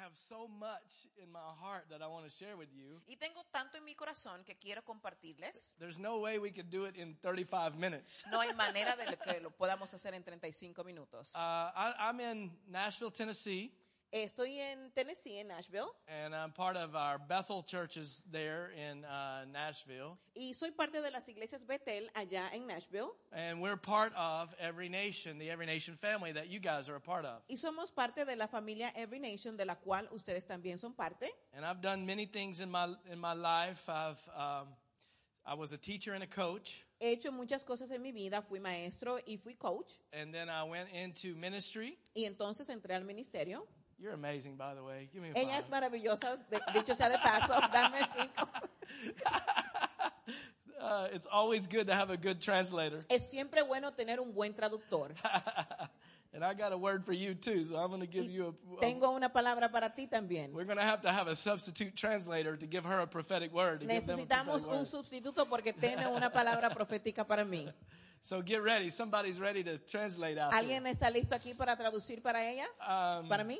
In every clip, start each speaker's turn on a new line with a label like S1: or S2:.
S1: have so much in my heart that I want to share with you.
S2: Y tengo tanto en mi corazón que quiero compartirles.
S1: There's no way we could do it in 35 minutes.
S2: No hay manera de que lo podamos hacer en 35 minutos.
S1: Uh, I, I'm in Nashville, Tennessee,
S2: Estoy en Tennessee, en Nashville,
S1: and I'm part of our Bethel churches there in uh, Nashville.
S2: y soy parte de las iglesias Bethel allá en Nashville.
S1: And we're part of Every Nation, the Every Nation family that you guys are a part of.
S2: Y somos parte de la familia Every Nation, de la cual ustedes también son parte.
S1: And I've done many things in my in my life. I've um, I was a teacher and a coach,
S2: He hecho muchas cosas en mi vida, fui maestro y fui coach,
S1: and then I went into ministry.
S2: y entonces entré al ministerio.
S1: You're amazing, by the way. Give me a
S2: Ella es
S1: five.
S2: maravillosa, de- dicho sea de paso, dame cinco.
S1: Uh, it's always good to have a good translator.
S2: Es siempre bueno tener un buen traductor.
S1: and I got a word for you too, so I'm going to give
S2: Y
S1: you a.
S2: tengo una palabra para ti también.
S1: we're going to have to have a substitute translator to give her a prophetic word. to give them a
S2: Necesitamos
S1: prophetic
S2: un
S1: word.
S2: sustituto porque tiene una palabra profética para mí.
S1: so get ready. Somebody's ready to translate out. there.
S2: ¿Alguien está listo aquí para traducir para ella? ¿Para mí?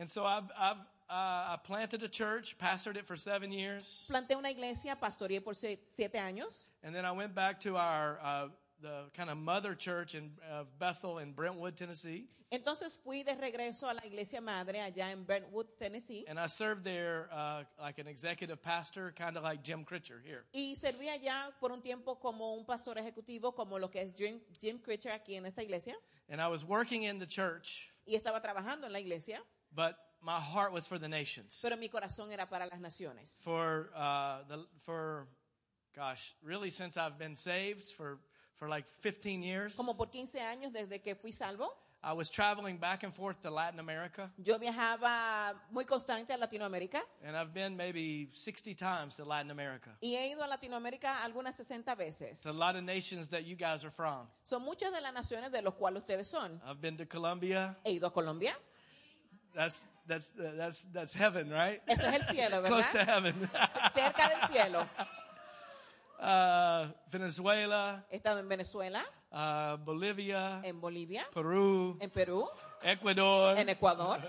S1: And so I've, I've uh, I planted a church, pastored it for seven years,
S2: Planté una iglesia, pastoreé por se- siete años.
S1: and then I went back to our uh, the kind of mother church in, of Bethel in Brentwood, Tennessee,
S2: Entonces fui de regreso a la iglesia madre allá en Brentwood, Tennessee.
S1: and I served there uh, like an executive pastor, kind of like Jim Critcher here.
S2: Y serví allá por un tiempo como un pastor ejecutivo, como lo que es Jim, Jim Critcher aquí en esta iglesia.
S1: And I was working in the church,
S2: Y estaba trabajando en la iglesia,
S1: but my heart was for the nations,
S2: pero mi corazón era para las naciones.
S1: for uh, the for gosh, really since I've been saved for for like 15 years.
S2: Como por 15 años desde que fui salvo,
S1: I was traveling back and forth to Latin America.
S2: yo viajaba muy constante a Latinoamérica
S1: And I've been maybe 60 times to Latin America.
S2: y he ido a Latinoamérica algunas 60 veces.
S1: It's a lot of nations that you guys are from.
S2: Son muchas de las naciones de los cuales ustedes son.
S1: I've been to Colombia.
S2: He ido a Colombia,
S1: That's that's uh, that's that's heaven, right?
S2: eso es el cielo,
S1: Close to
S2: ¿verdad?
S1: heaven.
S2: C- Cerca del cielo.
S1: Uh, Venezuela,
S2: He estado en Venezuela,
S1: uh, Bolivia,
S2: en Bolivia,
S1: Peru,
S2: en Perú,
S1: Ecuador.
S2: Eh. en Ecuador.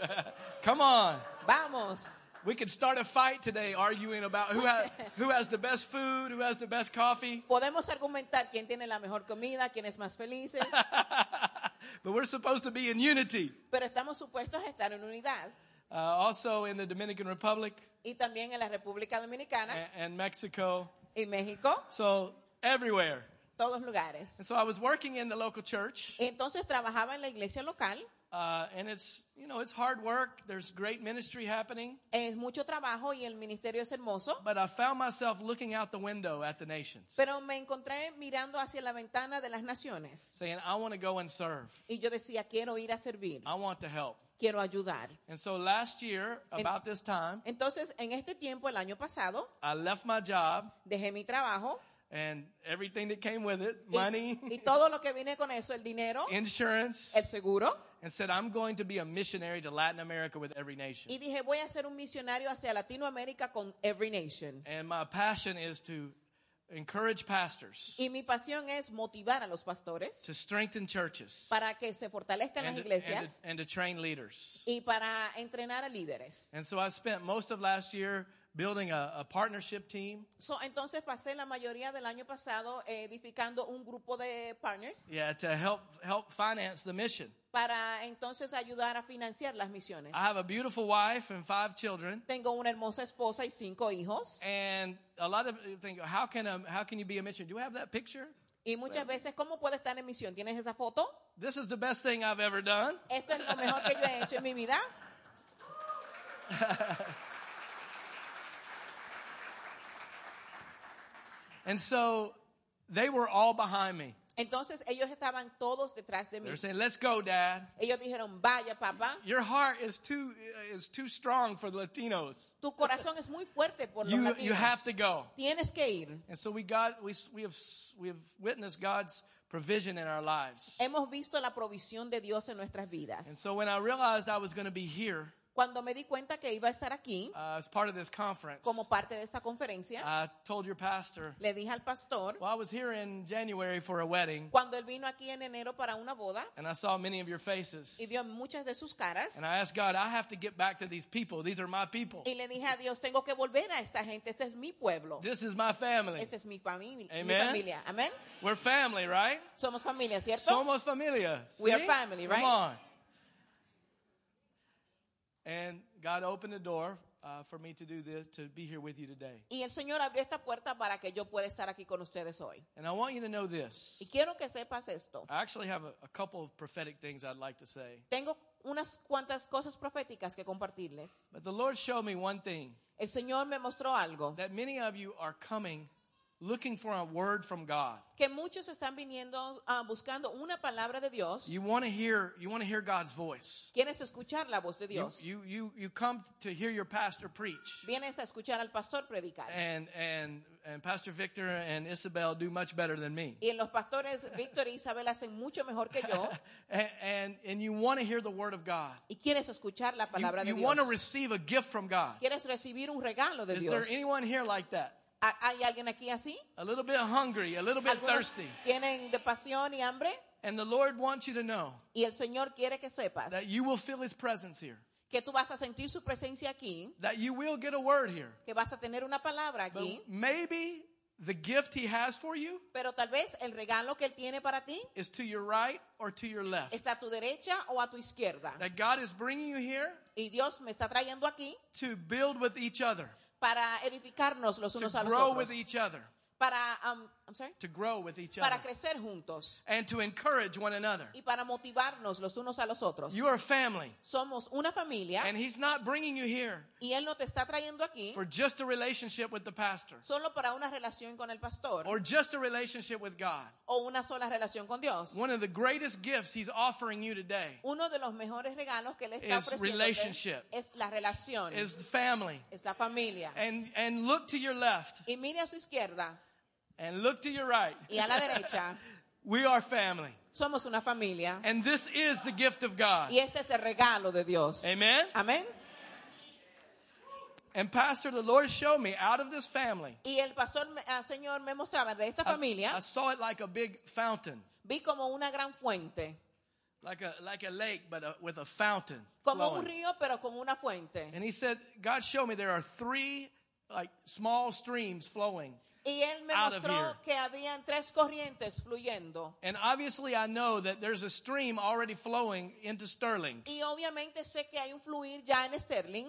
S1: Come on,
S2: Vamos.
S1: we could start a fight today arguing about who has who has the best food, who has the best coffee.
S2: Podemos argumentar quién tiene la mejor comida, quién es más feliz,
S1: But we're supposed to be in unity.
S2: pero estamos supuestos a estar en unidad.
S1: Uh, also in the Dominican Republic
S2: Y también en la República Dominicana
S1: and, and Mexico.
S2: y México,
S1: So everywhere.
S2: todos lugares.
S1: And so I was working in the local church,
S2: Entonces trabajaba en la iglesia local.
S1: uh, and it's you know it's hard work. There's great ministry happening,
S2: Es mucho trabajo y el ministerio es hermoso.
S1: but I found myself looking out the window at the nations,
S2: Pero me encontré mirando hacia la ventana de las naciones.
S1: saying, "I want to go and serve.
S2: Y yo decía, quiero ir a servir,
S1: I want to help."
S2: quiero ayudar.
S1: And so last year, about this time,
S2: Entonces, en este tiempo, el año pasado,
S1: I left my job
S2: dejé mi trabajo
S1: and everything that came with it,
S2: y-
S1: money,
S2: y todo lo que vine con eso, el dinero,
S1: insurance,
S2: el seguro.
S1: and said, "I'm going to be a missionary to Latin America with every nation."
S2: Y dije, voy a ser un misionario hacia Latinoamérica con Every Nation.
S1: And my passion is to encourage pastors,
S2: Y mi pasión es motivar a los pastores
S1: to strengthen churches,
S2: para que se fortalezcan las
S1: and to, and to-
S2: iglesias
S1: and to train leaders.
S2: y para entrenar a líderes.
S1: And so I spent most of last year building a, a partnership team.
S2: So, entonces pasé la mayoría del año pasado eh, edificando un grupo de partners
S1: Yeah, to help help finance the mission.
S2: para entonces ayudar a financiar las misiones.
S1: I have a beautiful wife and five children,
S2: Tengo una hermosa esposa y cinco
S1: Eh,
S2: hijos.
S1: and a lot of people think, how can a, how can you be a missionary? Do we have that picture?
S2: Y muchas veces, ¿cómo puedo estar en misión? ¿Tienes esa foto?
S1: This is the best thing I've ever done.
S2: Esto es lo mejor que yo he hecho en mi vida.
S1: And so they were all behind me.
S2: Entonces, ellos estaban todos detrás de mí.
S1: They're saying, "Let's go, Dad.
S2: Ellos dijeron, vaya papá,
S1: Your heart is too is too strong for Latinos.
S2: tu corazón es muy fuerte por los
S1: You
S2: latinos.
S1: you have to go."
S2: Tienes que ir.
S1: And so we got we we have we have witnessed God's provision in our lives.
S2: Hemos visto la provisión de Dios en nuestras
S1: And
S2: vidas.
S1: so when I realized I was going to be here,
S2: Cuando me di cuenta que iba a estar aquí
S1: uh, as part of this conference,
S2: como parte de esta conferencia,
S1: I told your pastor,
S2: le dije al pastor,
S1: well, I was here in January for a wedding,
S2: cuando él vino aquí en enero para una boda
S1: and I saw many of your faces.
S2: y vio muchas de sus caras,
S1: And I asked God, I have to get back to these people. These are my people.
S2: y le dije a Dios, tengo que volver a esta gente, este es mi pueblo,
S1: This is my family.
S2: esta es mi familia. Mi
S1: Amen.
S2: familia. Amén.
S1: We're family, right?
S2: Somos familia, ¿cierto?
S1: Somos familia.
S2: We are
S1: See?
S2: family, right?
S1: Come on. And God opened the door uh, for me to do this, to be here with you today.
S2: Y el Señor abrió esta puerta para que yo pueda estar aquí con ustedes hoy.
S1: And I want you to know this.
S2: Y quiero que sepas esto.
S1: I actually have a, a couple of prophetic things I'd like to say.
S2: Tengo unas cuantas cosas proféticas que compartirles.
S1: But the Lord showed me one thing
S2: El Señor me mostró algo,
S1: that many of you are coming looking for a word from God.
S2: que muchos están viniendo ah, buscando una palabra de Dios.
S1: You want to hear you want to hear God's voice.
S2: Quieres escuchar la voz de
S1: You,
S2: Dios.
S1: you you you come to hear your pastor preach.
S2: Vienes a escuchar al pastor predicar.
S1: And and and Pastor Victor and Isabel do much better than me.
S2: Y los pastores Víctor e Isabel hacen mucho mejor que yo.
S1: and, and and you want to hear the word of God.
S2: Y quieres escuchar la
S1: You,
S2: palabra de
S1: you want to
S2: Dios.
S1: receive a gift from God.
S2: Quieres recibir un regalo de
S1: Is there
S2: Dios.
S1: anyone here like that?
S2: ¿Ha- ¿Hay alguien aquí así?
S1: A little bit hungry, a little bit
S2: ¿Algunos
S1: thirsty.
S2: tienen de pasión y hambre?
S1: And the Lord wants you to know
S2: Y el Señor quiere que sepas
S1: that you will feel his presence here.
S2: que tú vas a sentir su presencia aquí,
S1: That you will get a word here.
S2: que vas a tener una palabra
S1: But
S2: aquí,
S1: maybe the gift he has for you
S2: pero tal vez el regalo que Él tiene para ti
S1: is to your right or to your left.
S2: está a tu derecha o a tu izquierda.
S1: That God is bringing you here
S2: Y Dios me está trayendo aquí
S1: to build with each other,
S2: para edificarnos los
S1: to
S2: unos a los
S1: grow with
S2: otros,
S1: each other,
S2: para, um, I'm sorry,
S1: to grow with each other,
S2: para crecer juntos
S1: and to encourage one another.
S2: y para motivarnos los unos a los otros.
S1: You are family.
S2: Somos una familia
S1: And he's not bringing you here
S2: y Él no te está trayendo aquí
S1: for just a relationship with the pastor
S2: solo para una relación con el pastor
S1: or just a relationship with God.
S2: o una sola relación con Dios.
S1: One of the greatest gifts he's offering you today
S2: Uno de los mejores regalos que le está
S1: Is
S2: ofreciendo
S1: relationship.
S2: es la relación,
S1: is Eh. family.
S2: es la familia.
S1: And and look to your left
S2: Y mire a su izquierda
S1: and look to your right.
S2: y a la derecha.
S1: We are family.
S2: Somos una familia.
S1: And this is the gift of God.
S2: Y este es el regalo de Dios.
S1: Amen.
S2: Amén.
S1: And pastor, the Lord showed me out of this family.
S2: Y el pastor, me- ah, Señor, me mostraba de esta
S1: I-
S2: familia,
S1: I saw it like a big fountain,
S2: vi como una gran fuente,
S1: like a like a lake but a, with a fountain.
S2: como un
S1: flowing.
S2: río, pero con una fuente.
S1: And he said, God showed me there are three like small streams flowing.
S2: Y él me
S1: Out of
S2: mostró
S1: here.
S2: que habían tres corrientes fluyendo.
S1: And obviously I know that there's a stream already flowing into Sterling.
S2: Y obviamente sé que hay un fluir ya en Sterling,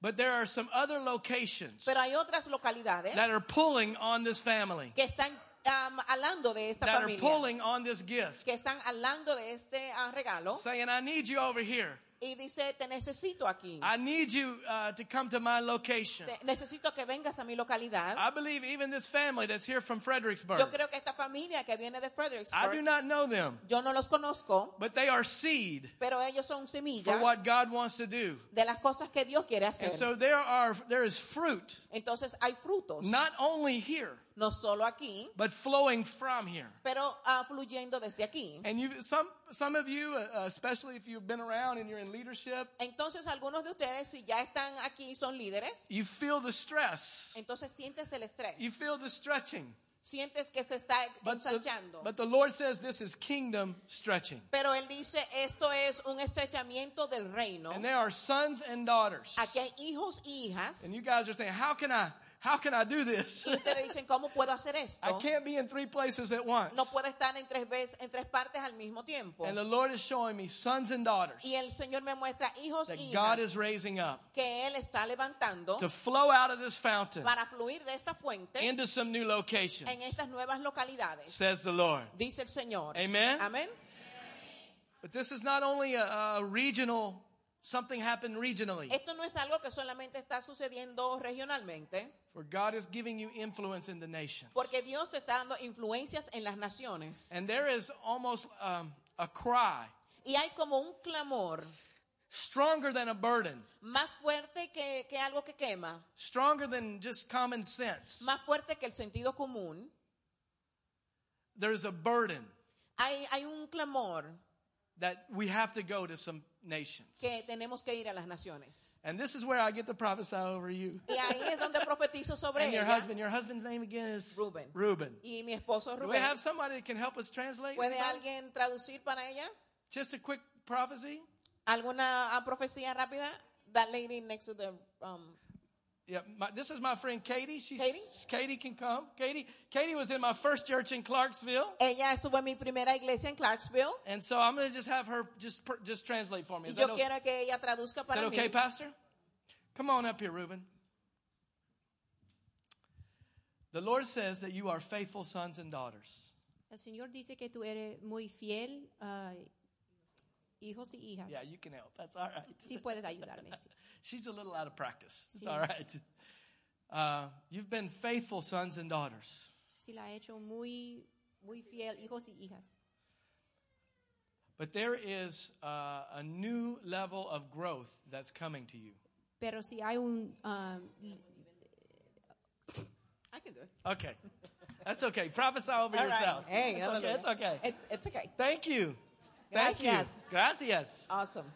S1: But there are some other locations
S2: pero hay otras localidades
S1: that are pulling on this family.
S2: que están um, hablando de esta
S1: That are
S2: familia,
S1: pulling on this gift.
S2: que están hablando de este ah, regalo
S1: Saying, I need you over here.
S2: y dice, te necesito aquí.
S1: I need you uh, to come to my location.
S2: Te- necesito que vengas a mi localidad.
S1: I believe even this family that's here from Fredericksburg,
S2: Yo creo que esta familia que viene de
S1: I do
S2: Fredericksburg,
S1: not know them,
S2: yo no los conozco,
S1: but they are seed
S2: pero ellos son
S1: for
S2: semillas
S1: what God wants to do.
S2: de las cosas que Dios quiere hacer.
S1: And so there are there is fruit
S2: Entonces hay frutos,
S1: not only here,
S2: no solo aquí,
S1: but flowing from here.
S2: pero ah, fluyendo desde aquí.
S1: And you, some, some of you, uh, especially if you've been around and you're in leadership,
S2: Entonces algunos de ustedes, si ya están aquí y son líderes,
S1: you feel the stress.
S2: entonces sientes el estrés,
S1: You feel the stretching.
S2: sientes que se está
S1: But the,
S2: ensanchando.
S1: but the Lord says this is kingdom stretching.
S2: Pero él dice, esto es un estrechamiento del reino.
S1: And there are sons and daughters.
S2: Aquí hay hijos y hijas.
S1: And you guys are saying, how can I, how can I do this?
S2: Y ustedes dicen, ¿cómo puedo hacer
S1: I
S2: esto?
S1: can't be in three places at once.
S2: No puedo estar en tres, veces, en tres partes al mismo tiempo.
S1: And the Lord is showing me sons and daughters
S2: Y el Señor me muestra hijos
S1: that
S2: y
S1: God
S2: hijas
S1: is raising up
S2: que Él está levantando
S1: to flow out of this fountain
S2: para fluir de esta fuente
S1: into some new locations,
S2: en estas nuevas localidades,
S1: says the Lord.
S2: dice el Señor.
S1: Amen.
S2: Amén.
S1: But this is not only a, a regional, something happened regionally,
S2: Esto no es algo que solamente está sucediendo regionalmente,
S1: for God is giving you influence in the nations.
S2: porque Dios te está dando influencias en las naciones.
S1: And there is almost um, a cry,
S2: Y hay como un clamor
S1: stronger than a burden,
S2: más fuerte que, que algo que quema,
S1: stronger than just common sense.
S2: más fuerte que el sentido común.
S1: There's a burden
S2: Hay, hay un clamor
S1: that we have to go to some nations.
S2: que tenemos que ir a las naciones.
S1: And this is where I get to prophesy over you.
S2: Y ahí es donde profetizo sobre
S1: And your
S2: ella.
S1: husband, your husband's name again is
S2: Reuben.
S1: Reuben.
S2: Y mi esposo
S1: Do we
S2: Rubén.
S1: have somebody that can help us translate?
S2: ¿Puede alguien traducir para ella?
S1: Just a quick prophecy.
S2: ¿Alguna ah, profecía rápida? That lady next to the... um,
S1: Yeah, my, this is my friend Katie. She's,
S2: Katie?
S1: Katie can come. Katie, Katie was in my first church in Clarksville,
S2: ella estuvo en mi primera iglesia en Clarksville.
S1: and so I'm going to just have her just per- just translate for
S2: Y
S1: me. Is
S2: yo
S1: that, o-
S2: quiero que ella traduzca
S1: is
S2: para
S1: that okay,
S2: mí.
S1: Pastor? Come on up here, Reuben. The Lord says that you are faithful sons and daughters.
S3: El Señor dice que tú eres muy fiel, ah, hijos y hijas.
S1: Yeah, you can help. That's all right.
S3: Sí puedes ayudarme. sí.
S1: She's a little out of practice. It's
S3: Sí.
S1: all right. Uh, you've been faithful sons and daughters.
S3: Sí la he hecho muy, muy fiel, hijos y hijas.
S1: But there is uh, a new level of growth that's coming to you.
S3: Pero si hay un... ah, li-
S2: I can do it.
S1: Okay. That's okay. Prophesy over
S2: All right.
S1: yourself.
S2: Hey,
S1: it's okay.
S2: hallelujah.
S1: It's okay.
S2: It's, it's okay.
S1: Thank you. Thank
S2: Gracias.
S1: you. Gracias.
S2: Awesome.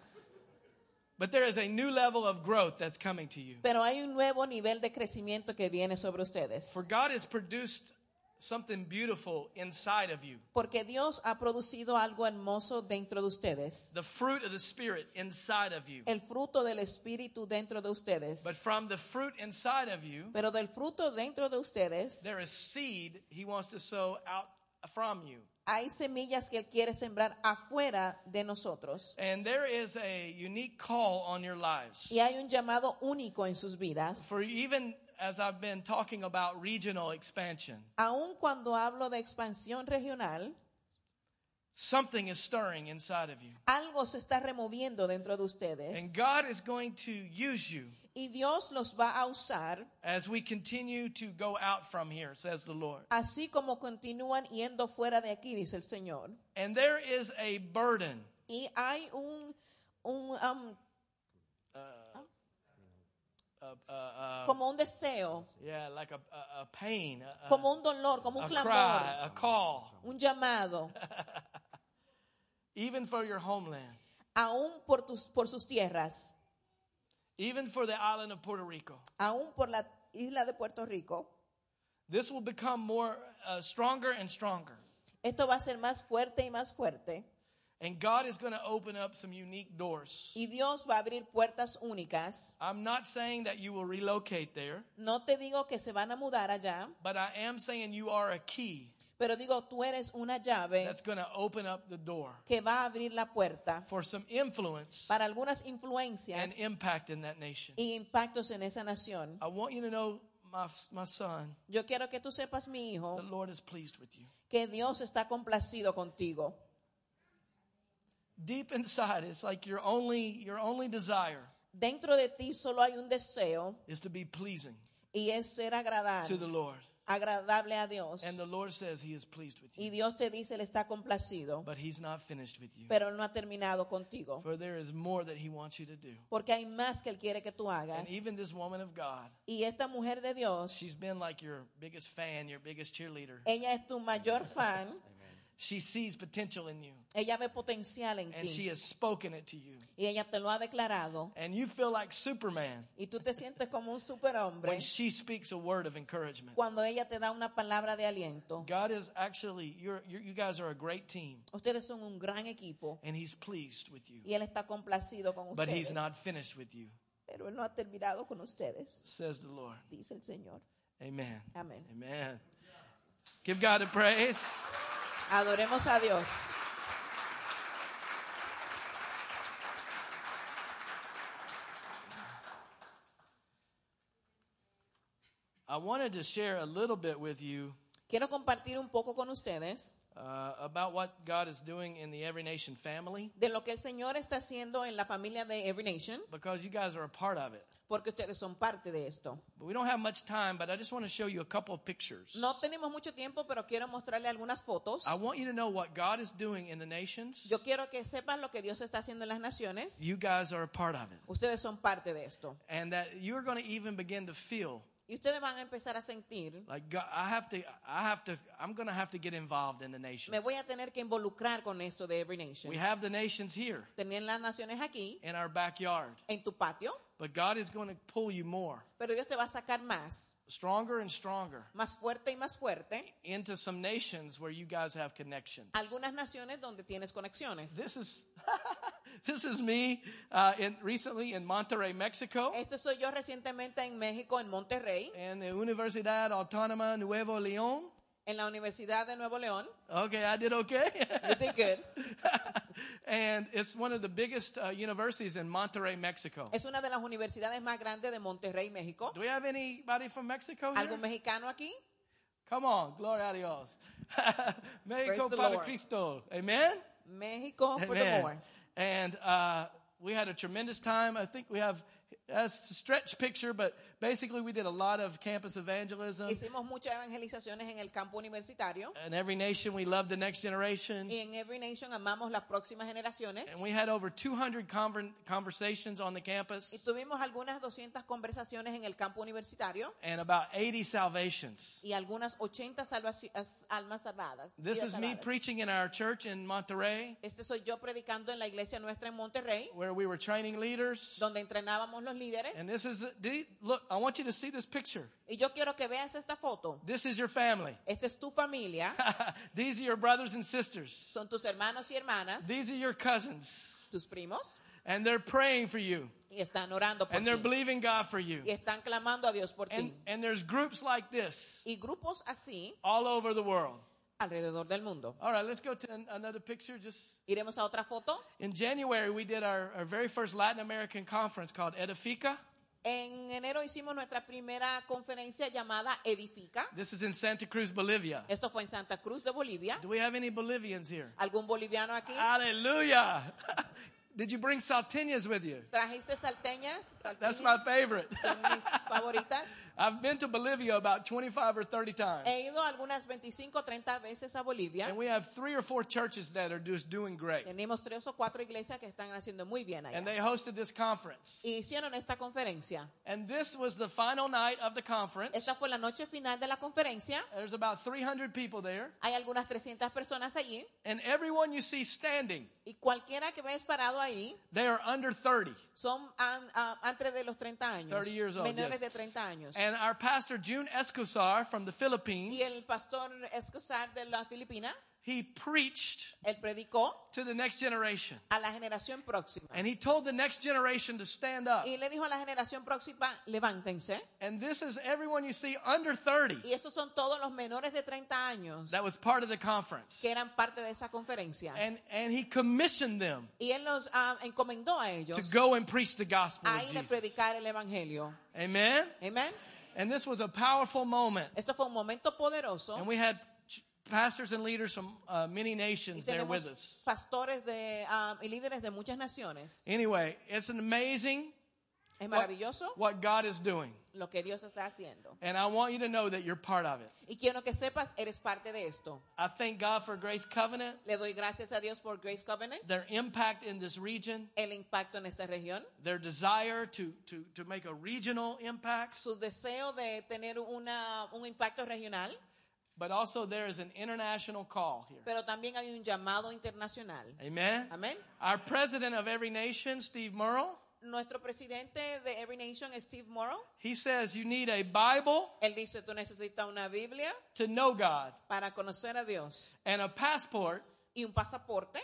S1: But there is a new level of growth that's coming to you.
S2: Pero hay un nuevo nivel de crecimiento que viene sobre ustedes.
S1: For God has produced something beautiful inside of you.
S2: Porque Dios ha producido algo hermoso dentro de ustedes.
S1: The fruit of the Spirit inside of you.
S2: El fruto del Espíritu dentro de ustedes.
S1: But from the fruit inside of you,
S2: Pero del fruto dentro de ustedes
S1: there is seed He wants to sow out from you.
S2: hay semillas que Él quiere sembrar afuera de nosotros.
S1: And there is a unique call on your lives.
S2: Y hay un llamado único en sus vidas.
S1: For even as I've been talking about regional expansion,
S2: Aun cuando hablo de expansión regional,
S1: something is stirring inside of you.
S2: algo se está removiendo dentro de ustedes.
S1: And God is going to use you
S2: Y Dios los va a usar
S1: as we continue to go out from here, says the Lord.
S2: así como continúan yendo fuera de aquí, dice el Señor.
S1: And there is a burden.
S2: Y hay un, un um,
S1: Uh, uh, uh,
S2: como un deseo,
S1: yeah, like a, a, a pain, a, a,
S2: como un dolor, como un
S1: Uh. a
S2: clamor,
S1: cry, a call,
S2: un llamado,
S1: even for your homeland,
S2: aún por, tus, por sus tierras,
S1: even for the island of Puerto Rico.
S2: aún por la isla de Puerto Rico.
S1: This will become more uh, stronger and stronger.
S2: Esto va a ser más fuerte y más fuerte.
S1: And God is going to open up some unique doors.
S2: Y Dios va a abrir puertas únicas.
S1: I'm not saying that you will relocate there,
S2: No te digo que se van a mudar allá,
S1: but I am saying you are a key
S2: pero digo, tú eres una llave
S1: that's going to open up the door
S2: que va a abrir la puerta
S1: for some influence
S2: para algunas
S1: and
S2: influencias
S1: impact in that nation.
S2: y impactos en esa nación.
S1: I want you to know, my, my son,
S2: Yo quiero que tú sepas, mi hijo,
S1: the Lord is pleased with you.
S2: que Dios está complacido contigo.
S1: Deep inside, it's like your only, your only desire
S2: Dentro de ti solo hay un deseo
S1: is to be pleasing
S2: y es ser
S1: to the
S2: agradable,
S1: Lord.
S2: agradable a Dios.
S1: And the Lord says he is pleased with
S2: Y
S1: you,
S2: Dios te dice, Él está complacido,
S1: but he's not finished with you.
S2: pero Él no ha terminado contigo.
S1: For there is more that he wants you to do.
S2: Porque hay más que Él quiere que tú hagas.
S1: And even this woman of God,
S2: Y esta mujer de Dios,
S1: she's been like your biggest fan, your biggest cheerleader.
S2: ella es tu mayor fan,
S1: She sees potential in you,
S2: ella ve potencial en
S1: and she
S2: ti.
S1: has spoken it to you.
S2: Y ella te lo ha declarado.
S1: And you feel like Superman
S2: Y tú te sientes como un superhombre
S1: when she speaks a word of encouragement.
S2: cuando ella te da una palabra de aliento.
S1: God is actually, you're, you you guys are a great team,
S2: Ustedes son un gran equipo
S1: and He's pleased with you.
S2: y Él está complacido con
S1: But
S2: ustedes.
S1: He's not finished with you,
S2: Pero Él no ha terminado con ustedes,
S1: says the Lord.
S2: dice el Señor.
S1: Amen.
S2: Amén.
S1: Amen. Give God a praise.
S2: Adoremos a Dios.
S1: I wanted to share a little bit with you
S2: Quiero compartir un poco con ustedes
S1: uh, about what God is doing in the Every Nation family
S2: de lo que el Señor está haciendo en la familia de Every Nation,
S1: because you guys are a part of it.
S2: porque ustedes son parte de esto.
S1: But we don't have much time, but I just want to show you a couple of pictures.
S2: No tenemos mucho tiempo, pero quiero mostrarle algunas fotos.
S1: I want you to know what God is doing in the nations.
S2: Yo quiero que sepan lo que Dios está haciendo en las naciones.
S1: You guys are a part of it.
S2: Ustedes son parte de esto.
S1: And that you're going to even begin to feel
S2: Y ustedes van a empezar a sentir,
S1: like God, I have to, I have to, I'm going to have to get involved in the nations.
S2: me voy a tener que involucrar con esto de Every Nation.
S1: We have the nations here
S2: Tener las naciones aquí,
S1: in our backyard,
S2: en tu patio,
S1: but God is going to pull you more,
S2: pero Dios te va a sacar más,
S1: stronger and stronger,
S2: más fuerte y más fuerte,
S1: into some nations where you guys have connections.
S2: algunas naciones donde tienes conexiones.
S1: This is, this is me uh, in, recently in Monterrey, Mexico,
S2: Esto soy yo recientemente en México, en Monterrey,
S1: in the Universidad Autónoma Nuevo León.
S2: en la Universidad de Nuevo León.
S1: Okay, I did okay.
S2: You did good.
S1: and it's one of the biggest uh, universities in Monterrey, Mexico.
S2: Es una de las universidades más grandes de Monterrey, México.
S1: Do we have anybody from Mexico here?
S2: ¿Algún mexicano aquí?
S1: Come on, gloria a Dios. Mexico
S2: Praise the
S1: para
S2: Lord.
S1: Cristo. Amen?
S2: México, 'em
S1: Amen.
S2: furthermore.
S1: And uh, we had a tremendous time. I think we have that's a stretch picture, but basically we did a lot of campus evangelism.
S2: Hicimos muchas evangelizaciones en el campo universitario.
S1: In every nation, we love the next generation.
S2: Y en Every Nation amamos las próximas generaciones.
S1: And we had over 200 conver- conversations on the
S2: Y
S1: campus
S2: tuvimos algunas 200 conversaciones en el campo universitario
S1: and about 80 salvations.
S2: y algunas 80 salvaci- as- almas salvadas.
S1: This
S2: vidas
S1: is me
S2: salvadas.
S1: preaching in our church in Monterrey,
S2: Este soy yo predicando en la iglesia nuestra en Monterrey,
S1: where we were training leaders.
S2: donde entrenábamos los líderes.
S1: And this is, the, the- look, I want you to see this picture.
S2: Y yo quiero que veas esta foto.
S1: This is your family.
S2: Esta es tu familia,
S1: These are your brothers and sisters.
S2: son tus hermanos y hermanas,
S1: These are your cousins.
S2: tus primos,
S1: And they're praying for you.
S2: y están orando por
S1: And they're
S2: ti.
S1: believing God for you.
S2: Y están clamando a Dios por
S1: And,
S2: ti.
S1: and there's groups like this
S2: Y grupos así
S1: all over the world.
S2: alrededor del mundo.
S1: All right, let's go to an- another picture. Just
S2: Iremos a otra foto.
S1: in January, we did our, our very first Latin American conference called Edifica.
S2: En enero hicimos nuestra primera conferencia llamada Edifica.
S1: This is in Santa Cruz, Bolivia.
S2: Esto fue en Santa Cruz de Bolivia.
S1: Do we have any Bolivians here?
S2: ¿Algún boliviano aquí?
S1: Ah. Hallelujah. Did you bring salteñas with you?
S2: ¿Trajiste salteñas?
S1: That's
S2: Salteñas
S1: my favorite.
S2: Son mis favoritas.
S1: I've been to Bolivia about 25 or 30 times.
S2: He ido algunas 25 o 30 veces a Bolivia.
S1: And we have three or four churches that are just doing great.
S2: Tenemos tres o cuatro iglesias que están haciendo muy bien allá.
S1: And they hosted this conference.
S2: Y hicieron esta conferencia.
S1: And this was the final night of the conference.
S2: Esta fue la noche final de la conferencia.
S1: There's about 300 people there.
S2: Hay algunas 300 personas allí.
S1: And everyone you see standing,
S2: Y cualquiera que veas parado ahí
S1: they are under 30.
S2: son an- ah, antes de los 30 años.
S1: 30 years old,
S2: menores
S1: yes.
S2: de 30 años.
S1: And our pastor, June Escosar from the Philippines,
S2: Y el pastor Escosar de la Filipina,
S1: he preached
S2: él predicó
S1: to the next generation.
S2: a la generación próxima.
S1: And uh, he told the next generation to stand up.
S2: Y le dijo a la generación próxima, levántense.
S1: And this is everyone you see under 30
S2: Y esos son todos los menores de 30 años
S1: that was part of the conference.
S2: que eran parte de esa conferencia.
S1: And, and he commissioned them
S2: Y él los ah, encomendó a ellos
S1: to go and preach the gospel
S2: a
S1: of
S2: ir a
S1: Jesus.
S2: predicar el Evangelio.
S1: Amen.
S2: Amén.
S1: And this was a powerful moment.
S2: Esto fue un momento poderoso.
S1: And we had ch- pastors and leaders from uh, many nations there with us.
S2: Tenemos pastores de, ah, y líderes de muchas naciones.
S1: Anyway, it's an amazing
S2: Es
S1: what,
S2: maravilloso
S1: what God is doing.
S2: lo que Dios está haciendo.
S1: And I want you to know that you're part of it.
S2: Y quiero que sepas, eres parte de esto.
S1: I thank God for Grace Covenant,
S2: Le doy gracias a Dios por Grace Covenant,
S1: their impact in this region,
S2: el impacto en esta región,
S1: their desire to, to, to make a regional impact,
S2: su deseo de tener una, un impacto regional,
S1: but also there is an international call here.
S2: pero también hay un llamado internacional.
S1: Amen.
S2: Amén.
S1: Our president of every nation, Steve Merle,
S2: Nuestro presidente de Every Nation, Steve Morrow,
S1: he says you need a Bible
S2: él dice, tú necesitas una Biblia
S1: to know God
S2: para conocer a Dios
S1: and a passport
S2: y un pasaporte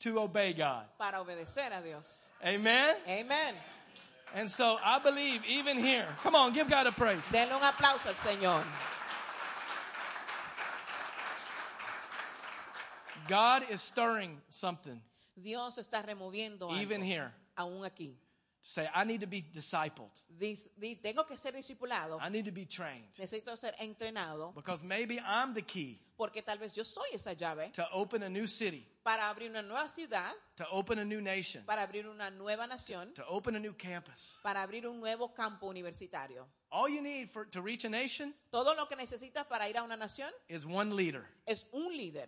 S1: to obey God.
S2: para obedecer a Dios.
S1: Amen.
S2: Amén.
S1: And so I believe even here. Come on, give God a praise.
S2: Denle un aplauso al Señor.
S1: God is stirring something
S2: Dios está removiendo algo,
S1: even here.
S2: aún aquí.
S1: Say, I need to be discipled.
S2: Dis- di- tengo que ser discipulado.
S1: I need to be trained.
S2: Necesito ser entrenado
S1: Because maybe I'm the key
S2: porque tal vez yo soy esa llave
S1: to open a new city,
S2: para abrir una nueva ciudad,
S1: to open a new nation,
S2: para abrir una nueva nación,
S1: to open a new campus.
S2: para abrir un nuevo campo universitario.
S1: All you need for to reach a nation
S2: Todo lo que necesitas para ir a una nación
S1: is one leader.
S2: es un líder.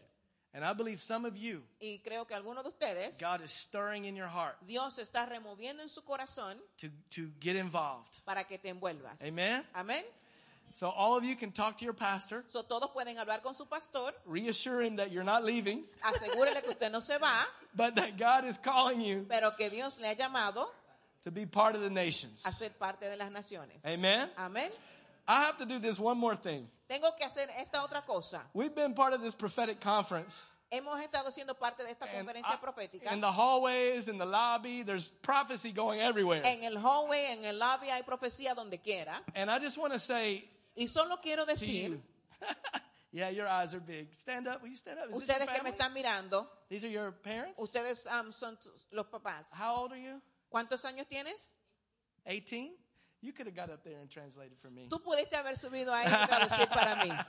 S1: And I believe some of you,
S2: Y creo que algunos de ustedes,
S1: God is stirring in your heart
S2: Dios está removiendo en su corazón
S1: to, to get involved.
S2: para que te envuelvas.
S1: Amen.
S2: Amén.
S1: So all of you can talk to your pastor,
S2: So, todos pueden hablar con su pastor,
S1: reassure him that you're not leaving,
S2: asegúrele que usted no se va,
S1: but that God is calling you
S2: pero que Dios le ha llamado
S1: to be part of the nations.
S2: a ser parte de las naciones.
S1: Amen.
S2: Amén.
S1: I have to do this one more thing.
S2: Tengo que hacer esta otra cosa.
S1: We've been part of this prophetic conference.
S2: Hemos estado siendo parte de esta
S1: and
S2: conferencia
S1: I-
S2: profética.
S1: in the hallways, in the lobby, there's prophecy going everywhere.
S2: En el hallway, en el lobby, hay profecía donde quiera.
S1: And I just want to say
S2: Y solo quiero
S1: to you,
S2: decir,
S1: yeah, your eyes are big. Stand up. Will you stand up? Is this your
S2: ustedes que me
S1: family?
S2: están mirando,
S1: These are your parents?
S2: ustedes um, son tus- los papás.
S1: How old are you?
S2: ¿Cuántos años tienes?
S1: 18? You could have got up there and translated for me.
S2: Tú pudiste haber subido ahí y traducir para mí.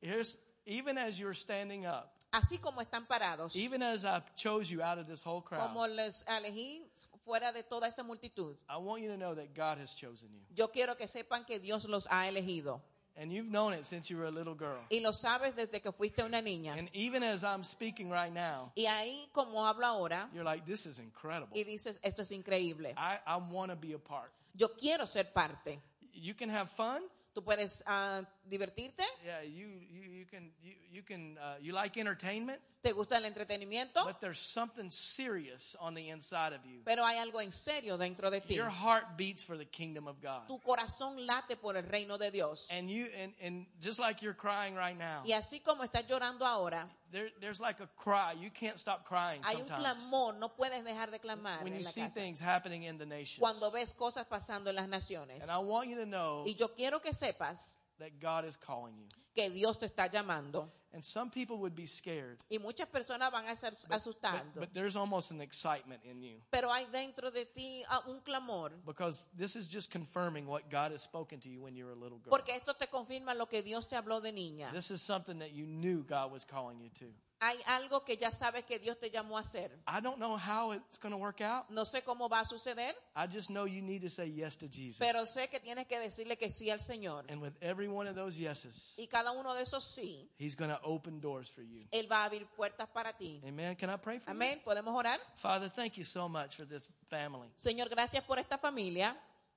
S1: Here's even as you're standing up,
S2: Así como están parados,
S1: even as I chose you out of this whole
S2: como
S1: crowd,
S2: les elegí fuera de toda esa multitud,
S1: I want you to know that God has chosen you.
S2: yo quiero que sepan que Dios los ha elegido.
S1: And you've known it since you were a little girl.
S2: Y lo sabes desde que fuiste una niña.
S1: And even as I'm speaking right now,
S2: Y ahí, como hablo ahora,
S1: you're like, this is incredible.
S2: y dices, esto es increíble.
S1: I, I want to be a part.
S2: Yo quiero ser parte.
S1: You can have fun.
S2: Tú puedes ah, divertirte,
S1: Yeah, you, you, you can, you, you can, uh, you like entertainment,
S2: te gusta el entretenimiento,
S1: but there's something serious on the inside of you.
S2: pero hay algo en serio dentro de ti.
S1: Your heart beats for the kingdom of God.
S2: Tu corazón late por el reino de Dios.
S1: And you, and, and just like you're crying right now,
S2: Y así como estás llorando ahora,
S1: there, there's like a cry. You can't stop crying
S2: hay un
S1: sometimes
S2: clamor, no puedes dejar de clamar
S1: when
S2: en
S1: you
S2: la
S1: see
S2: casa.
S1: things happening in the nations.
S2: Cuando ves cosas pasando en las naciones.
S1: And I want you to know
S2: Y yo quiero que sepas
S1: that God is calling you.
S2: que Dios te está llamando.
S1: And some people would be scared,
S2: Y muchas personas van a estar
S1: but,
S2: asustando.
S1: but there's almost an excitement in you.
S2: pero hay dentro de ti ah, un clamor.
S1: Because this is just confirming what God has spoken to you when you were a little girl.
S2: Porque esto te confirma lo que Dios te habló de niña.
S1: This is something that you knew God was calling you to.
S2: Hay algo que ya sabes que Dios te llamó a hacer.
S1: I don't know how it's going to work out.
S2: No sé cómo va a suceder,
S1: I just know you need to say yes to Jesus.
S2: pero sé que tienes que decirle que sí al Señor.
S1: And with every one of those yeses,
S2: Y cada uno de esos sí,
S1: He's going to open doors for you.
S2: Él va a abrir puertas para ti.
S1: Amen. Can I pray for you?
S2: Amén. ¿Podemos orar?
S1: Father, thank you so much for this family.
S2: Señor, gracias por esta familia.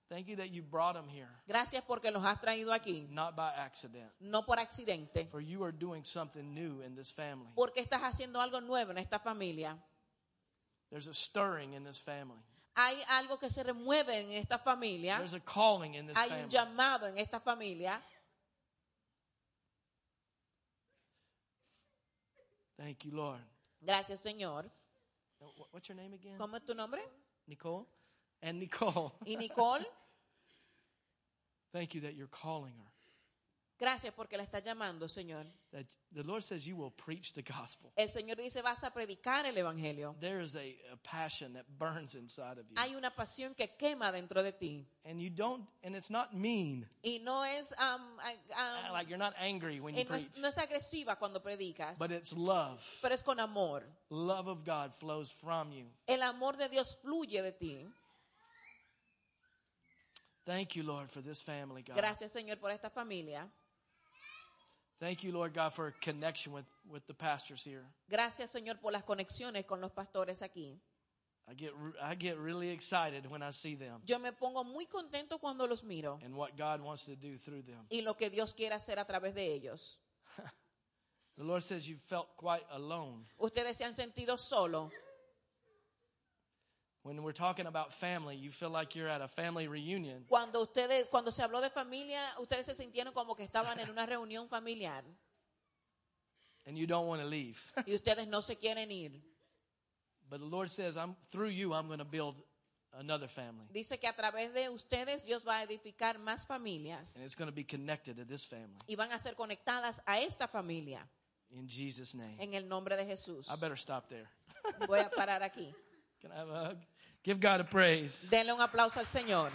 S1: Thank you that you brought them here,
S2: Gracias porque los has traído aquí,
S1: not by accident.
S2: no por accidente,
S1: For you are doing something new in this family.
S2: porque estás haciendo algo nuevo en esta familia.
S1: There's a stirring in this family.
S2: Hay algo que se remueve en esta familia.
S1: There's a calling in this
S2: Hay un
S1: family.
S2: llamado en esta familia.
S1: Thank you, Lord.
S2: Gracias, Señor.
S1: Now, wh- What's your name again?
S2: ¿Cómo es tu nombre?
S1: Nicole and Nicole.
S2: Y Nicole,
S1: Thank you that you're calling her.
S2: gracias porque la estás llamando, Señor.
S1: That the Lord says you will preach the gospel.
S2: El Señor dice, vas a predicar el Evangelio.
S1: There is a, a passion that burns inside of you,
S2: Hay una pasión que quema dentro de ti.
S1: and you don't. And it's not mean.
S2: Y no es, um, ah, um,
S1: Like you're not angry when
S2: y
S1: you
S2: no, es-
S1: preach,
S2: no es agresiva cuando predicas,
S1: but it's love.
S2: pero es con amor.
S1: Love of God flows from you.
S2: El amor de Dios fluye de ti.
S1: Thank you, Lord, for this family, God.
S2: Gracias, Señor, por esta familia.
S1: Thank you, Lord God, for a connection with with the pastors here.
S2: Gracias, Señor, por las conexiones con los pastores aquí.
S1: I get re- I get really excited when I see them
S2: Yo me pongo muy contento cuando los miro
S1: and what God wants to do through them.
S2: y lo que Dios quiere hacer a través de ellos.
S1: The Lord says you felt quite alone
S2: Ustedes se han sentido solo.
S1: When we're talking about family, you feel like you're at a family reunion.
S2: Cuando ustedes, cuando se habló de familia, ustedes se sintieron como que estaban en una reunión familiar
S1: and you don't want to leave.
S2: y ustedes no se quieren ir.
S1: but the Lord says, I'm through you, I'm going to build another family.
S2: Dice que a través de ustedes Dios va a edificar más familias
S1: And it's going to be connected to this family
S2: y van a ser conectadas a esta familia
S1: in Jesus' name.
S2: en el nombre de Jesús.
S1: I better stop there.
S2: Voy a parar aquí.
S1: Can I have a hug? Give God a praise.
S2: Denle un aplauso al Señor.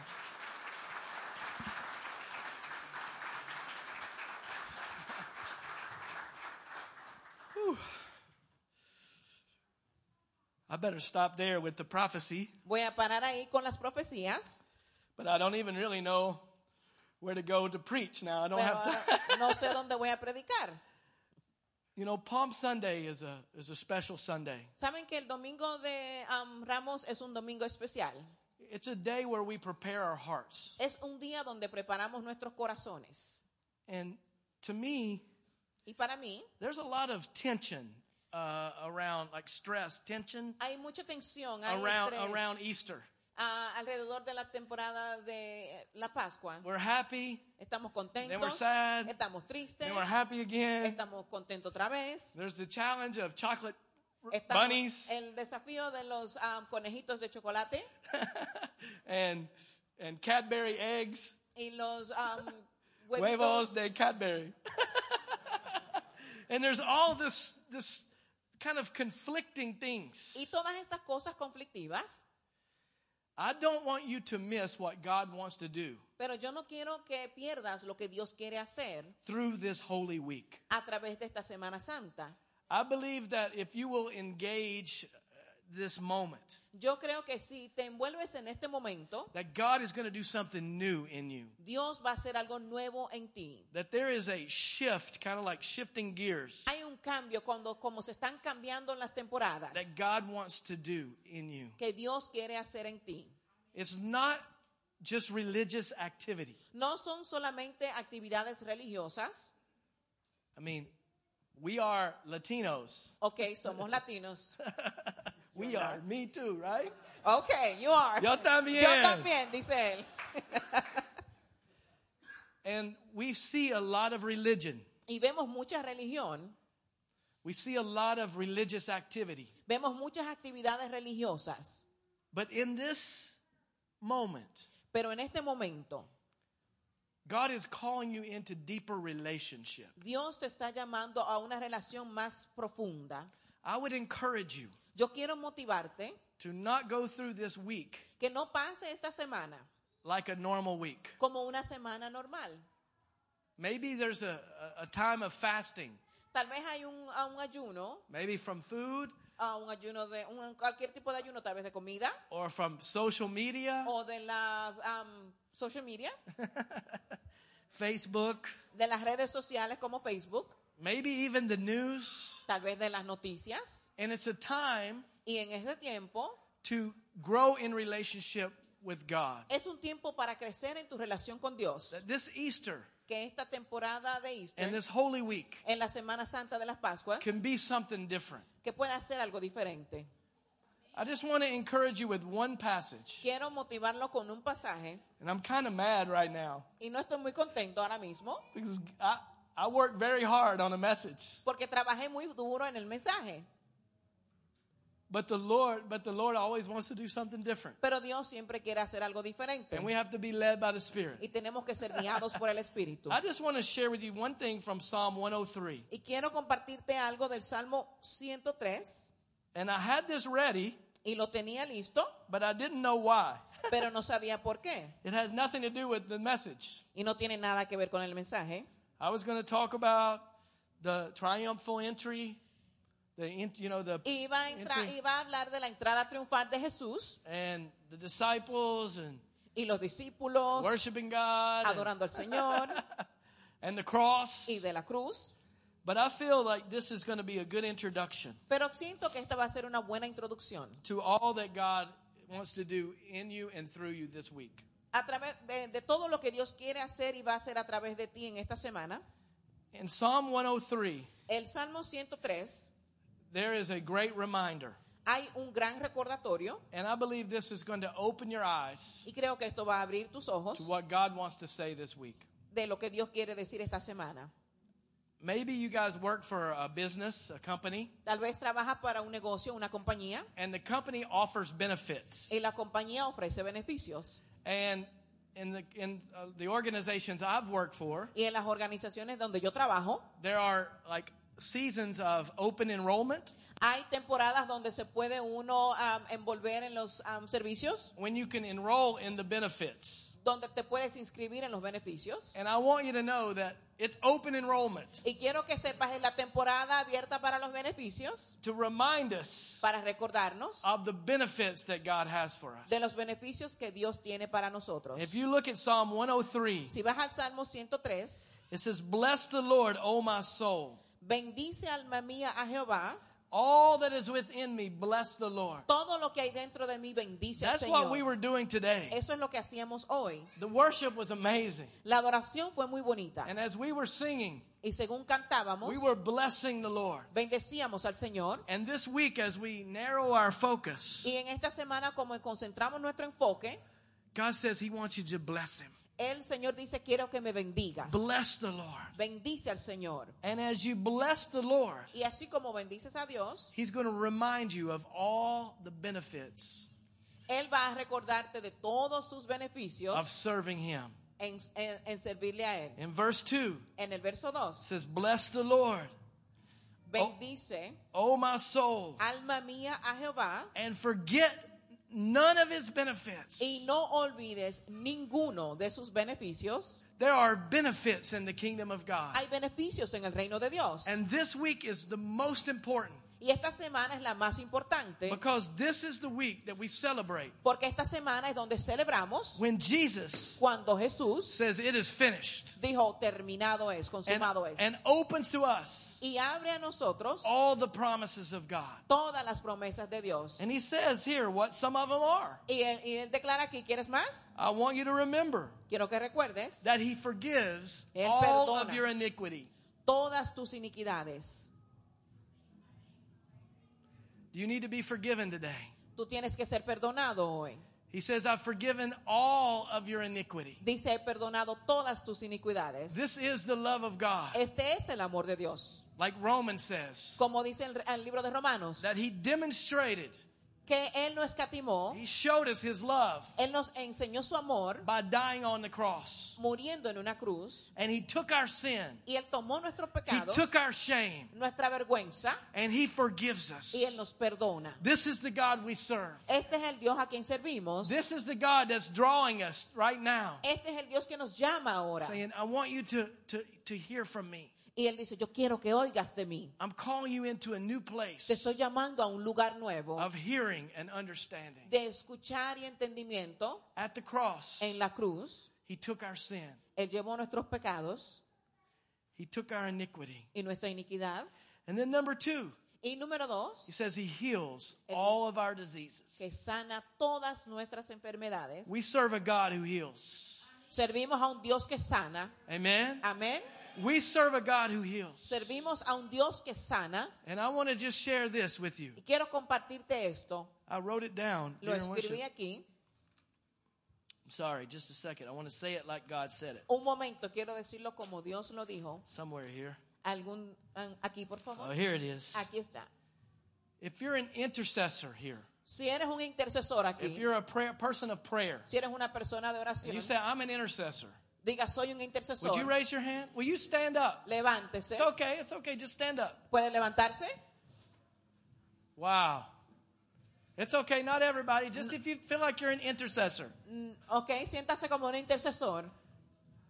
S1: I better stop there with the prophecy,
S2: Voy a parar ahí con las profecías.
S1: but I don't even really know where to go to preach now. I don't
S2: Pero
S1: have time.
S2: ahora no sé dónde voy a predicar.
S1: You know, Palm Sunday is a is a special Sunday.
S2: um, Saben que el domingo de am, Ramos es un domingo especial.
S1: It's a day where we prepare our hearts.
S2: Es un día donde preparamos nuestros corazones.
S1: And to me,
S2: Y para mí
S1: there's a lot of tension uh, around, like stress, tension
S2: hay mucha tensión hay
S1: around,
S2: estrés,
S1: around Easter.
S2: ah, alrededor de la temporada de eh, la Pascua.
S1: We're happy,
S2: Estamos
S1: then we're
S2: contentos,
S1: sad,
S2: estamos tristes,
S1: then we're happy again.
S2: estamos contentos otra vez.
S1: There's the challenge of chocolate r-
S2: Estamos-
S1: bunnies
S2: el desafío de los ah, conejitos de chocolate
S1: and, and Cadbury eggs,
S2: y los ah,
S1: huevos
S2: huevitos.
S1: de Cadbury. and there's all this, this kind of conflicting things.
S2: Y todas estas cosas conflictivas,
S1: I don't want you to miss what God wants to do
S2: pero yo no quiero que pierdas lo que Dios quiere hacer
S1: through this holy week.
S2: a través de esta Semana Santa.
S1: I believe that if you will engage uh, this moment,
S2: Yo creo que si te envuelves en este momento,
S1: that God is going to do something new in you.
S2: Dios va a hacer algo nuevo en ti.
S1: That there is a shift, kind of like shifting gears,
S2: Hay un cambio cuando como se están cambiando las temporadas
S1: that God wants to do in you.
S2: que Dios quiere hacer en ti.
S1: It's not just religious activity.
S2: No son solamente actividades religiosas,
S1: I mean, we are Latinos.
S2: ok, somos latinos.
S1: We are. Me too, right?
S2: Ok, you are.
S1: Yo también.
S2: Yo también, dice él.
S1: And we see a lot of religion.
S2: Y vemos mucha religión,
S1: We see a lot of religious activity.
S2: vemos muchas actividades religiosas,
S1: But in this moment,
S2: pero en este momento
S1: God is calling you into deeper relationship.
S2: Dios te está llamando a una relación más profunda.
S1: I would encourage you
S2: Yo quiero motivarte
S1: to not go through this week
S2: que no pase esta semana
S1: like a normal week.
S2: como una semana normal.
S1: Maybe there's a, a- a time of fasting,
S2: Tal vez hay un, a un ayuno,
S1: maybe from food
S2: a un ayuno de un- cualquier tipo de ayuno, tal vez de comida
S1: or from social media,
S2: o de las am, social media,
S1: Facebook,
S2: de las redes sociales como Facebook,
S1: maybe even the news.
S2: tal vez de las noticias.
S1: And it's a time
S2: Y en ese tiempo
S1: to grow in relationship with God.
S2: es un tiempo para crecer en tu relación con Dios.
S1: That This Easter
S2: Que esta temporada de
S1: and
S2: Easter,
S1: this Holy Week
S2: en la Semana Santa de las Pascuas,
S1: can be something different.
S2: que pueda hacer algo diferente.
S1: I just want to encourage you with one passage.
S2: Quiero motivarlo con un pasaje
S1: And I'm kind of mad right now
S2: y no estoy muy contento ahora mismo
S1: because I, I worked very hard on a message.
S2: porque trabajé muy duro en el mensaje.
S1: But the Lord, but the Lord always wants to do something different.
S2: Pero Dios siempre quiere hacer algo diferente.
S1: And we have to be led by the Spirit.
S2: Y tenemos que ser guiados por el Espíritu.
S1: I just want to share with you one oh thing from Psalm 103.
S2: Y quiero compartirte algo del Salmo 103.
S1: And I had this ready,
S2: Y lo tenía listo,
S1: but I didn't know why.
S2: pero no sabía por qué.
S1: It has nothing to do with the message.
S2: Y no tiene nada que ver con el mensaje.
S1: I was going to talk about the triumphal entry, the en- you know the
S2: Y iba a, entrar,
S1: entry,
S2: iba a hablar de la entrada triunfal de Jesús
S1: and the disciples and
S2: y los discípulos
S1: worshiping God and-
S2: adorando al Señor
S1: and the cross.
S2: y de la cruz.
S1: But I feel like this is going to be a good introduction
S2: Pero siento que esta va a ser una buena introducción
S1: to all that God wants to do in you and through you this week.
S2: a través de, de todo lo que Dios quiere hacer y va a hacer a través de ti en esta semana.
S1: In Psalm 103,
S2: El Salmo 103
S1: there is a great reminder.
S2: hay un gran recordatorio
S1: And I believe this is going to open your eyes
S2: y creo que esto va a abrir tus ojos
S1: to what God wants to say this week.
S2: de lo que Dios quiere decir esta semana.
S1: Maybe you guys work for a business, a company,
S2: Tal vez trabajas para un negocio, una compañía,
S1: and the company offers benefits.
S2: y la compañía ofrece beneficios.
S1: And in the, in uh, the organizations I've worked for,
S2: Y en las organizaciones donde yo trabajo,
S1: there are like seasons of open enrollment
S2: hay temporadas donde se puede uno am, envolver en los am, servicios,
S1: when you can enroll in the benefits.
S2: donde te puedes inscribir en los beneficios.
S1: And I want you to know that it's open enrollment
S2: Y quiero que sepas en la temporada abierta para los beneficios,
S1: to remind us
S2: para recordarnos
S1: of the benefits that God has for
S2: de los
S1: us.
S2: beneficios que Dios tiene para nosotros.
S1: If you look at Psalm 103,
S2: Si vas al Salmo 103,
S1: it says, Bless the Lord, O my soul,
S2: bendice alma mía a Jehová
S1: All that is within me, bless the Lord.
S2: Todo lo que hay dentro de mí bendice al
S1: That's what
S2: Señor.
S1: we were doing today.
S2: Eso es lo que hacíamos hoy.
S1: The worship was amazing.
S2: La adoración fue muy bonita.
S1: And as we were singing,
S2: Y según cantábamos,
S1: we were blessing the Lord.
S2: bendecíamos al Señor.
S1: And this week, as we narrow our focus,
S2: Y en esta semana, como concentramos nuestro enfoque,
S1: God says He wants you to bless Him.
S2: el Señor dice, quiero que me bendigas.
S1: Bless the Lord.
S2: Bendice al Señor.
S1: And as you bless the Lord,
S2: Y así como bendices a Dios,
S1: He's going to remind you of all the benefits
S2: Él va a recordarte de todos sus beneficios
S1: of serving Him.
S2: en, en- en servirle a Él.
S1: In verse 2,
S2: En el verso
S1: it
S2: 2,
S1: says, Bless the Lord, Oh.
S2: bendice,
S1: O my soul,
S2: alma mía, a Jehová,
S1: and forget none of His benefits.
S2: y no olvides ninguno de sus beneficios.
S1: There are benefits in the kingdom of God.
S2: Hay beneficios en el reino de Dios.
S1: And this week is the most important
S2: Y esta semana es la más importante
S1: because this is the week that we celebrate
S2: porque esta semana es donde celebramos
S1: when Jesus
S2: cuando Jesús
S1: says, It is finished,
S2: dijo, terminado es,
S1: and,
S2: consumado es.
S1: and opens to us
S2: Y abre a nosotros
S1: all the promises of God.
S2: todas las promesas de Dios.
S1: And he says here what some of them are.
S2: Y él, y él declara aquí, ¿quieres más?
S1: I want you to remember
S2: Quiero que recuerdes
S1: that he forgives
S2: Él
S1: all
S2: perdona.
S1: of your iniquity.
S2: todas tus iniquidades.
S1: You need to be forgiven today.
S2: Tú tienes que ser perdonado hoy.
S1: He says, I've forgiven all of your iniquity.
S2: Dice, he perdonado todas tus iniquidades.
S1: This is the love of God.
S2: Este es el amor de Dios.
S1: Like Romans says,
S2: Como dice el, el libro de Romanos,
S1: that he demonstrated,
S2: que Él no escatimó,
S1: he showed us his love
S2: Él nos enseñó su amor
S1: by dying on the cross.
S2: muriendo en una cruz
S1: And he took our sin,
S2: y Él tomó nuestros
S1: he
S2: pecados,
S1: took our shame,
S2: nuestra vergüenza
S1: and he forgives us.
S2: y Él nos perdona.
S1: This is the God we serve.
S2: Este es el Dios a quien servimos.
S1: This is the God that's drawing us right now,
S2: Este es el Dios que nos llama ahora.
S1: saying, I want you to, to, to hear from me.
S2: Y Él dice, yo quiero que oigas de mí.
S1: I'm calling you into a new
S2: Te
S1: place
S2: estoy llamando a un lugar nuevo
S1: of hearing and understanding.
S2: de escuchar y entendimiento
S1: At the cross,
S2: en la cruz.
S1: he took our sin,
S2: Él llevó nuestros pecados
S1: he took our iniquity.
S2: y nuestra iniquidad.
S1: And then, number two,
S2: Y número dos,
S1: he says he heals
S2: Él
S1: all of our
S2: que
S1: diseases.
S2: sana todas nuestras enfermedades.
S1: We serve a God who heals.
S2: Servimos a un Dios que sana.
S1: Amen.
S2: Amén.
S1: We serve a God who heals.
S2: Servimos a un Dios que sana.
S1: And I want to just share this with you.
S2: Y quiero compartirte esto.
S1: I wrote it down.
S2: Lo
S1: during worship.
S2: escribí aquí.
S1: I'm sorry, just a second. I want to say it like God said it.
S2: Un momento, quiero decirlo como Dios lo dijo.
S1: Somewhere here.
S2: Algún, an- aquí, por
S1: Oh,
S2: favor.
S1: here it is.
S2: Aquí está.
S1: If you're an intercessor here,
S2: Si eres un intercesor
S1: if
S2: aquí,
S1: you're a prayer, person of prayer,
S2: si eres una persona de
S1: and
S2: oración,
S1: you say, I'm an intercessor,
S2: diga, soy un
S1: would you
S2: intercesor.
S1: raise your hand? Will you stand up?
S2: Levántese.
S1: It's okay. It's okay. Just stand up.
S2: ¿Puede levantarse?
S1: Wow. It's okay. Not everybody. Just if you feel like you're an intercessor,
S2: Mm, Ok, siéntase como un intercesor.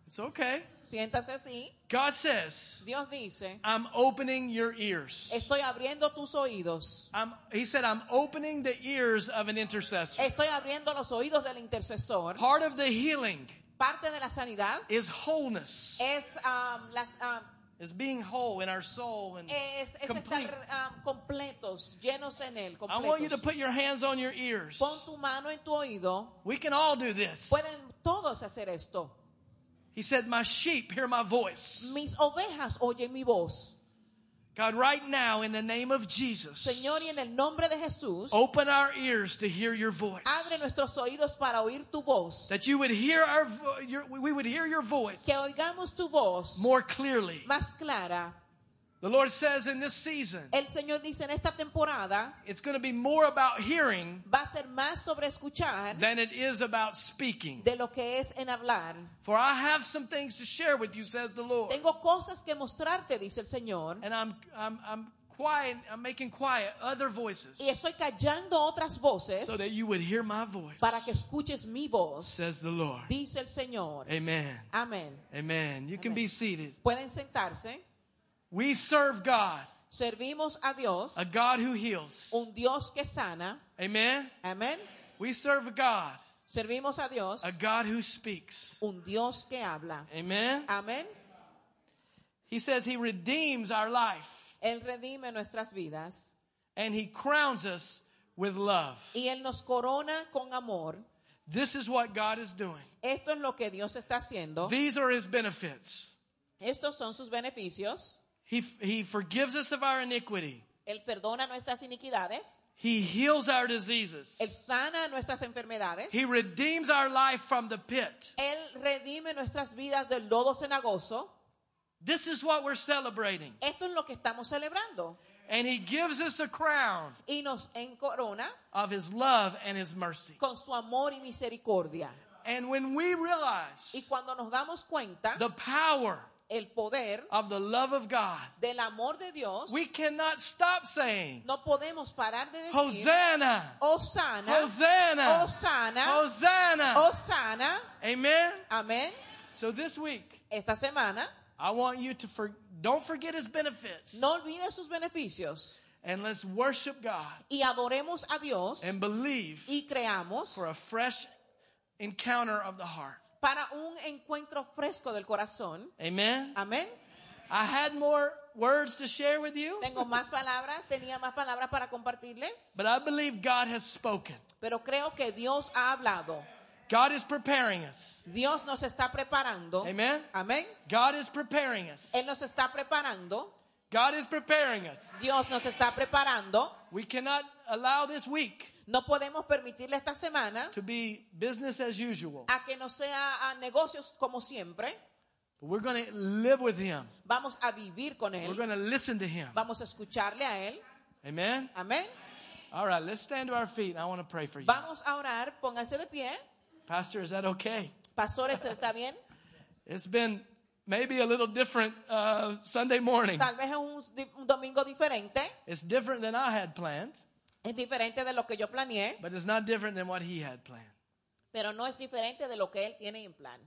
S1: it's okay.
S2: Siéntase así.
S1: God says,
S2: Dios dice,
S1: I'm opening your ears.
S2: estoy abriendo tus oídos.
S1: I'm, he said, I'm opening the ears of an intercessor.
S2: Estoy abriendo los oídos del intercesor.
S1: Part of the healing
S2: Parte de la sanidad
S1: is wholeness,
S2: es, um, las, um,
S1: is being whole in our soul and
S2: es, es
S1: complete.
S2: estar um, completos, llenos en él.
S1: I want you to
S2: Completos.
S1: put your hands on your ears.
S2: Pon tu mano en tu oído.
S1: We can all do this.
S2: Pueden todos hacer esto.
S1: He said, My sheep hear my voice.
S2: Mis ovejas oyen mi voz.
S1: God, right now, in the name of Jesus,
S2: Señor, y en el nombre de Jesús,
S1: open our ears to hear your voice.
S2: abre nuestros oídos para oír tu voz.
S1: That you would hear our, vo- your, we would hear your voice
S2: Que oigamos tu voz
S1: more clearly.
S2: más clara.
S1: The Lord says in this season,
S2: El Señor dice en esta temporada
S1: it's going to be more about hearing
S2: va a ser más sobre escuchar
S1: than it is about speaking.
S2: de lo que es en hablar.
S1: For I have some things to share with you, says the Lord.
S2: Tengo cosas que mostrarte, dice el Señor,
S1: And I'm, I'm, I'm quiet, I'm making quiet other voices
S2: y estoy callando otras voces
S1: so that you would hear my voice,
S2: para que escuches mi voz,
S1: says the Lord.
S2: dice el Señor.
S1: Amen.
S2: Amén.
S1: Amen. You can
S2: Amen.
S1: be seated.
S2: Pueden sentarse.
S1: We serve God,
S2: Servimos a Dios,
S1: a God who heals.
S2: un Dios que sana.
S1: Amen.
S2: Amén.
S1: We serve a God,
S2: Servimos a Dios,
S1: a God who speaks.
S2: un Dios que habla.
S1: Amen.
S2: Amén.
S1: He says he redeems our life.
S2: Él redime nuestras vidas.
S1: and He crowns us with love.
S2: Y Él nos corona con amor.
S1: This is what God is doing.
S2: Esto es lo que Dios está haciendo.
S1: These are His benefits.
S2: Estos son sus beneficios.
S1: He, he forgives us of our iniquity,
S2: Él perdona nuestras iniquidades.
S1: He heals our diseases,
S2: Él sana nuestras enfermedades.
S1: He redeems our life from the pit.
S2: Él redime nuestras vidas del lodo cenagoso.
S1: This is what we're celebrating.
S2: Esto es lo que estamos celebrando.
S1: And He gives us a crown
S2: Y nos encorona
S1: of His love and His mercy.
S2: con su amor y misericordia.
S1: And when we
S2: Y
S1: realize
S2: cuando nos damos cuenta
S1: the power
S2: el poder
S1: of the love of God,
S2: del amor de Dios,
S1: we cannot stop saying,
S2: no podemos parar de decir,
S1: Hosanna!
S2: Osana,
S1: Hosanna!
S2: Hosanna. Oh.
S1: Hosanna!
S2: Osana,
S1: Amen.
S2: amén.
S1: So this week,
S2: Esta semana,
S1: I want you to for, don't forget His benefits,
S2: no olvides sus beneficios
S1: and let's worship God
S2: y adoremos a Dios
S1: and believe
S2: y creamos
S1: for a fresh encounter of the heart.
S2: para un encuentro fresco del corazón.
S1: Amen.
S2: Amén.
S1: I had more words to share with you,
S2: Tengo más palabras, tenía más palabras para compartirles,
S1: but I believe God has spoken.
S2: pero creo que Dios ha hablado.
S1: God is preparing us.
S2: Dios nos está preparando.
S1: Amen.
S2: Amén.
S1: God is preparing us.
S2: Él nos está preparando.
S1: God is preparing us.
S2: Dios nos está preparando.
S1: We cannot allow this week
S2: No podemos permitirle esta semana
S1: to be business as usual.
S2: a que no sea a negocios como siempre.
S1: We're going to live with Him.
S2: Vamos a vivir con
S1: We're
S2: Él.
S1: going to listen to Him.
S2: Vamos a escucharle a Él.
S1: Amen.
S2: Amén.
S1: All right, let's stand to our feet. I want to pray for you.
S2: Vamos a orar. Pónganse de pie.
S1: Pastor, is that okay?
S2: Pastores, ¿está bien?
S1: It's been maybe a little different uh, Sunday morning.
S2: Tal vez es un, di- un domingo diferente.
S1: It's different than I had planned,
S2: Es diferente de lo que yo planeé,
S1: but it's not different than what he had planned.
S2: pero no es diferente de lo que Él tiene en plan.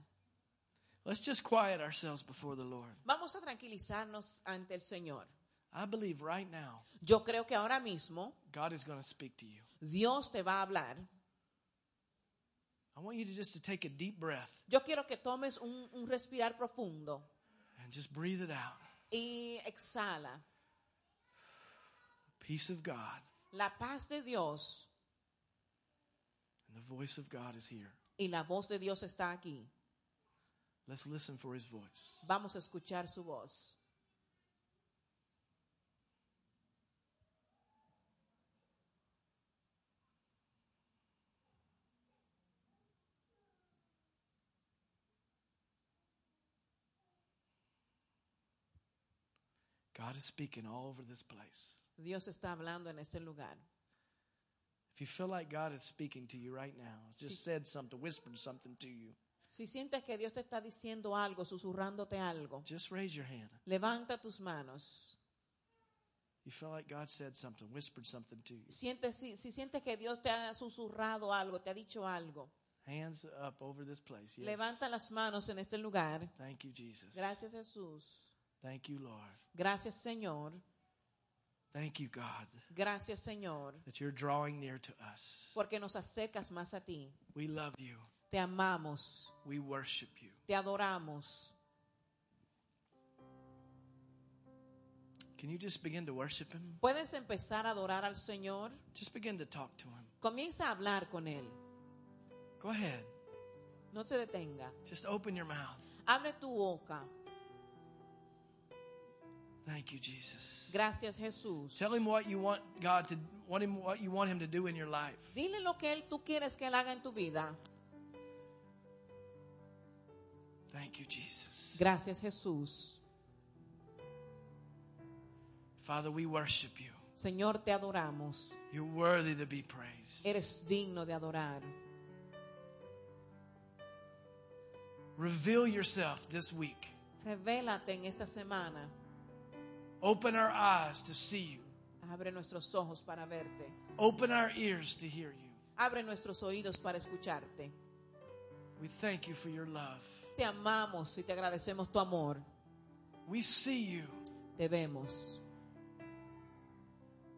S1: Let's just quiet ourselves before the Lord.
S2: Vamos a tranquilizarnos ante el Señor.
S1: I believe right now
S2: Yo creo que ahora mismo
S1: God is going to speak to you.
S2: Dios te va a hablar.
S1: I want you to just to take a deep breath
S2: Yo quiero que tomes un, un respirar profundo
S1: and just breathe it out.
S2: y exhala.
S1: Peace of God
S2: La paz de Dios
S1: and the voice of God is here.
S2: y la voz de Dios está aquí.
S1: Let's listen for his voice.
S2: Vamos a escuchar su voz.
S1: God is speaking all over this place.
S2: Dios está hablando en este lugar.
S1: If you feel like God is speaking to you right now, just
S2: Sí.
S1: said something, whispered something to you,
S2: Si sientes que Dios te está diciendo algo, susurrándote algo,
S1: just raise your hand.
S2: levanta tus manos.
S1: You feel like God said something, whispered something to you.
S2: Sientes, si, si sientes que Dios te ha susurrado algo, te ha dicho algo,
S1: Hands up over this place. Yes.
S2: levanta las manos en este lugar.
S1: Thank you, Jesus.
S2: Gracias Jesús.
S1: Thank you, Lord.
S2: Gracias Señor.
S1: Thank you, God,
S2: Gracias Señor.
S1: that you're drawing near to us.
S2: Porque nos acercas más a ti.
S1: We love you.
S2: Te amamos.
S1: We worship you.
S2: Te adoramos.
S1: Can you just begin to worship Him?
S2: Puedes empezar a adorar al Señor.
S1: Just begin to talk to Him.
S2: Comienza a hablar con Él.
S1: Go ahead.
S2: No se detenga.
S1: Just open your mouth.
S2: Abre tu boca.
S1: Thank you, Jesus.
S2: Gracias Jesús.
S1: Tell Him what you want God to want Him what you want Him to do in your life.
S2: Dile lo que Él tú quieres que Él haga en tu vida.
S1: Thank you, Jesus.
S2: Gracias Jesús.
S1: Father, we worship you.
S2: Señor, te adoramos.
S1: You're worthy to be praised.
S2: Eres digno de adorar.
S1: Reveal yourself this week.
S2: Revélate en esta semana.
S1: Open our eyes to see you.
S2: Abre nuestros ojos para verte.
S1: Open our ears to hear you.
S2: Abre nuestros oídos para escucharte.
S1: We thank you for your love.
S2: Te amamos y te agradecemos tu amor.
S1: We see you,
S2: Te vemos.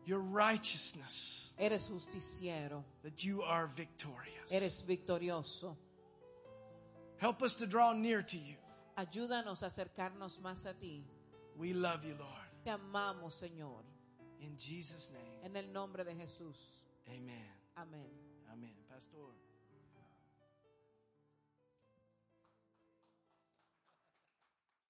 S1: your righteousness,
S2: Eres justiciero.
S1: that you are victorious.
S2: Eres victorioso.
S1: Help us to draw near to you.
S2: Ayúdanos a acercarnos más a ti.
S1: We love you, Lord.
S2: Te amamos, Señor.
S1: In Jesus' name.
S2: En el nombre de Jesús.
S1: Amen.
S2: Amén.
S1: Amen. Pastor.